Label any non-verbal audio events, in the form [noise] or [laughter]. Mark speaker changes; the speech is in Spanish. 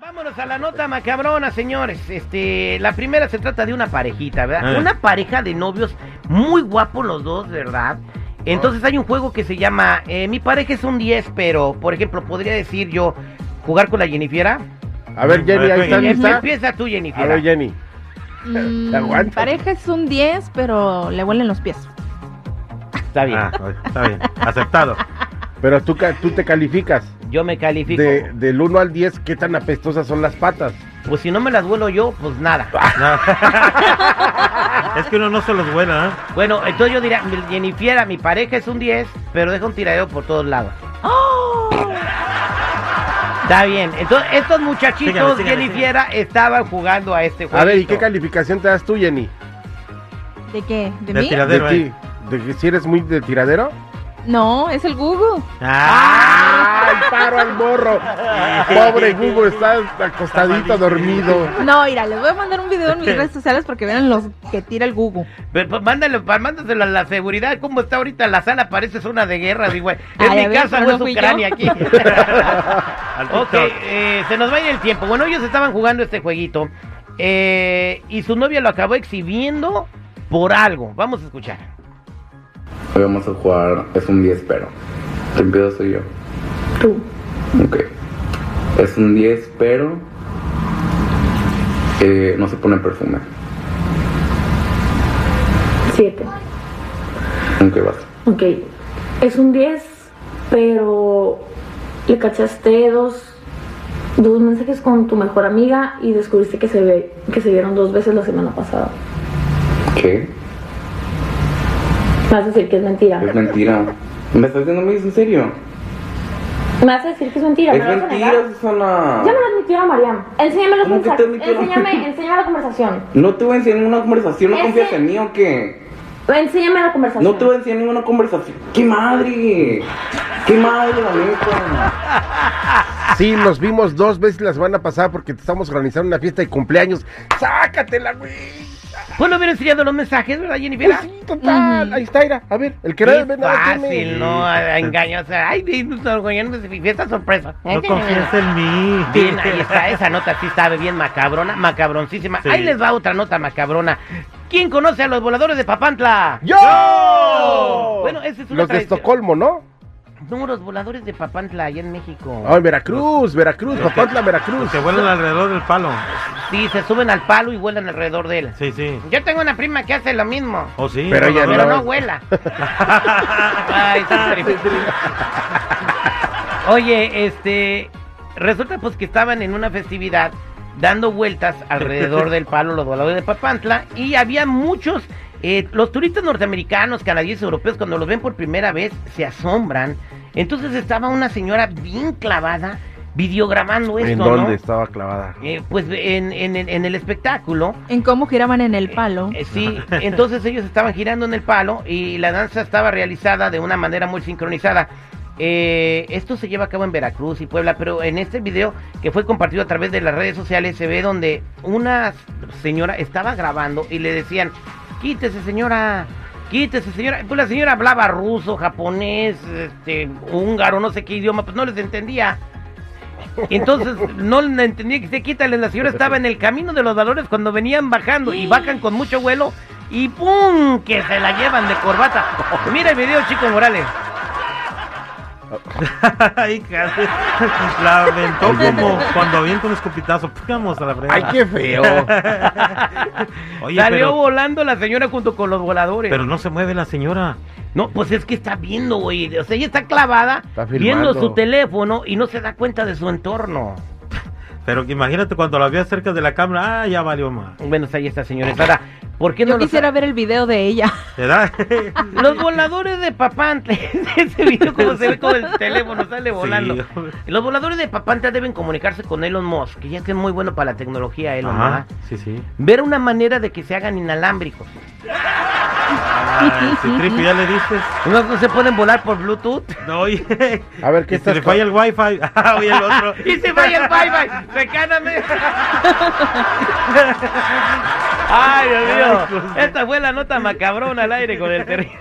Speaker 1: Vámonos a la nota macabrona, señores. Este, la primera se trata de una parejita, ¿verdad?
Speaker 2: Ah.
Speaker 1: Una pareja de novios muy guapos los dos, ¿verdad? Entonces hay un juego que se llama eh, Mi pareja es un 10, pero por ejemplo, podría decir yo jugar con la Jennifiera.
Speaker 3: A ver, Jenny, ahí está
Speaker 2: Jenny.
Speaker 3: lista.
Speaker 1: Empieza tú,
Speaker 3: A
Speaker 1: Jennifiera.
Speaker 3: ver, Jenny.
Speaker 4: Mm,
Speaker 3: ¿Te aguantas?
Speaker 4: pareja es un 10, pero le huelen los pies.
Speaker 1: Está bien.
Speaker 2: Ah, oye, está bien. Aceptado.
Speaker 3: Pero tú, ca- tú te calificas.
Speaker 1: Yo me califico.
Speaker 3: De, del 1 al 10, ¿qué tan apestosas son las patas?
Speaker 1: Pues si no me las vuelo yo, pues nada.
Speaker 3: Ah.
Speaker 1: [laughs]
Speaker 2: No. es que uno no se los vuela, ¿eh?
Speaker 1: Bueno, entonces yo diría, mi- Jennifiera, mi pareja es un 10, pero deja un tiradero por todos lados.
Speaker 4: ¡Oh!
Speaker 1: Está bien. Entonces, estos muchachitos,
Speaker 2: Sígame, sígame,
Speaker 1: Jennifiera, estaban jugando a este juego.
Speaker 3: A ver, ¿y qué calificación te das tú, Jenny?
Speaker 4: ¿De qué? ¿De,
Speaker 2: De
Speaker 4: mí?
Speaker 2: tiradero. ¿eh?
Speaker 3: De
Speaker 2: Tiradero,
Speaker 3: ti. ¿De que si eres muy de tiradero?
Speaker 4: No, es el Google.
Speaker 2: Ah.
Speaker 1: Ah.
Speaker 3: ¡Ay, paro al morro! [laughs] Pobre Hugo, está acostadito, dormido.
Speaker 4: No, mira, les voy a mandar un video en mis redes sociales porque vean los que tira el Google.
Speaker 1: Pero, pues, mándale, pa- mándaselo a la seguridad. ¿Cómo está ahorita la sala? Parece zona de guerra, digo. Es
Speaker 4: Ay, a
Speaker 1: mi
Speaker 4: ver,
Speaker 1: casa, no
Speaker 4: ¿no
Speaker 1: es
Speaker 4: fui yo?
Speaker 1: Ucrania
Speaker 4: [laughs]
Speaker 1: aquí.
Speaker 2: Al
Speaker 1: ok,
Speaker 2: TikTok.
Speaker 1: eh, se nos va a ir el tiempo. Bueno, ellos estaban jugando este jueguito. eh, y su novia lo acabó exhibiendo por algo. Vamos a escuchar.
Speaker 5: Hoy vamos a jugar, es un 10 pero. ¿Quién empieza soy yo? Tú. Ok. Es un 10 pero eh, no se pone perfume.
Speaker 6: 7.
Speaker 5: Aunque vas.
Speaker 6: Ok. Es un 10, pero le cachaste dos, dos mensajes con tu mejor amiga y descubriste que se, ve, que se vieron dos veces la semana pasada.
Speaker 5: ¿Qué?
Speaker 6: Me vas a decir que es mentira.
Speaker 5: Es mentira. ¿Me estás diciendo me en serio?
Speaker 6: Me vas a decir que es mentira.
Speaker 5: Es
Speaker 6: ¿me lo vas a negar?
Speaker 5: mentira, Susana.
Speaker 6: Ya me lo admitió a Mariam. Enséñame los
Speaker 5: ¿Cómo que te
Speaker 6: mensajes.
Speaker 5: admitió?
Speaker 6: Enséñame, enséñame la conversación.
Speaker 5: No te voy a enseñar ninguna conversación, ¿no
Speaker 6: Ese-
Speaker 5: confías en mí o qué?
Speaker 6: Enséñame la conversación.
Speaker 5: No te voy a enseñar ninguna conversación. ¡Qué madre! ¡Qué madre, la neta!
Speaker 3: Sí, nos vimos dos veces la semana pasada porque te estamos organizando una fiesta de cumpleaños. ¡Sácatela, güey!
Speaker 1: Pues no hubiera enseñado los mensajes, ¿verdad, Jennifer?
Speaker 3: Pues sí, total. Ahí está, Ira. A ver, el que
Speaker 1: Qué
Speaker 3: no ve nada tiene.
Speaker 1: fácil, ¿no? A- Engañosa. Ay, de- nos engañaron de fiesta sorpresa.
Speaker 2: No confías en mí.
Speaker 1: Bien,
Speaker 3: [laughs]
Speaker 1: ahí está, esa nota sí sabe bien macabrona, macabroncísima.
Speaker 2: Sí.
Speaker 1: Ahí les va otra nota macabrona. ¿Quién conoce a los voladores de Papantla?
Speaker 3: ¡Yo!
Speaker 1: Bueno, esa es una
Speaker 3: Los de
Speaker 1: tradición.
Speaker 3: Estocolmo, ¿no?
Speaker 1: No, los voladores de Papantla, allá en México.
Speaker 3: Ah, en Veracruz, Veracruz, Papantla, Veracruz.
Speaker 2: Se vuelan alrededor del palo.
Speaker 1: Sí, se suben al palo y vuelan alrededor de él.
Speaker 2: Sí, sí.
Speaker 1: Yo tengo una prima que hace lo mismo,
Speaker 2: ¿O sí?
Speaker 3: Pero
Speaker 2: No,
Speaker 3: ya
Speaker 2: no,
Speaker 1: pero
Speaker 2: no. [laughs]
Speaker 1: no vuela. [laughs] Ay, está terrible. Oye, este, resulta pues que estaban en una festividad dando vueltas alrededor del palo los voladores de Papantla y había muchos, eh, los turistas norteamericanos, canadienses, europeos, cuando los ven por primera vez se asombran. Entonces estaba una señora bien clavada videogramando esto,
Speaker 3: ¿En
Speaker 1: ¿no?
Speaker 3: dónde estaba clavada?
Speaker 1: Eh, pues en, en el- en el espectáculo.
Speaker 4: En cómo giraban en el palo.
Speaker 1: Eh, sí, entonces ellos estaban girando en el palo y la danza estaba realizada de una manera muy sincronizada. Eh, esto se lleva a cabo en Veracruz y Puebla, pero en este video que fue compartido a través de las redes sociales se ve donde una señora estaba grabando y le decían, quítese señora, quítese señora. Pues la señora hablaba ruso, japonés, este, húngaro, no sé qué idioma, pues no les entendía. Entonces no le entendía que se quítale, la señora estaba en el camino de los valores cuando venían bajando y bajan con mucho vuelo y ¡pum! que se la llevan de corbata. Mira el video, Chico Morales.
Speaker 2: Ay, casi. La aventó como cuando avienta un escopitazo. [laughs] Vamos a la
Speaker 3: Ay,
Speaker 2: fregada.
Speaker 3: qué feo.
Speaker 2: Oye,
Speaker 1: Salió
Speaker 2: pero,
Speaker 1: volando la señora junto con los voladores.
Speaker 2: pero no se mueve la señora.
Speaker 1: No, pues es que está viendo, güey. O sea, ella está clavada
Speaker 3: Está filmando.
Speaker 1: viendo su teléfono y no se da cuenta de su entorno.
Speaker 2: Pero que imagínate cuando la veas cerca de la cámara. Ah, ya valió más.
Speaker 1: Bueno, ahí está, señores. Ahora, ¿Por qué no
Speaker 4: Yo
Speaker 1: los
Speaker 4: quisiera ver el video de ella.
Speaker 2: ¿Verdad? [laughs]
Speaker 1: Los voladores de Papantla. [laughs] Ese video como se ve con el teléfono, sale volando.
Speaker 2: Sí.
Speaker 1: Los voladores de Papantla deben comunicarse con Elon Musk, que ya que es muy bueno para la tecnología, Elon.
Speaker 2: Ajá,
Speaker 1: ¿verdad?
Speaker 2: sí, sí.
Speaker 1: Ver una manera de que se hagan inalámbricos.
Speaker 2: Ah, si Tripi, ya le dices.
Speaker 1: ¿No, no se pueden volar por Bluetooth?
Speaker 2: No,
Speaker 1: [laughs]
Speaker 2: oye.
Speaker 3: A ver,
Speaker 2: que
Speaker 3: ¿qué
Speaker 2: se
Speaker 3: estás
Speaker 2: le falla el wifi. [laughs] Ah, oye, el [laughs] otro.
Speaker 1: ¡Y se vaya el bye bye! ¡Recáname!
Speaker 2: [laughs]
Speaker 1: ¡Ay, Dios mío! Esta fue la nota macabrona al aire con el terrible.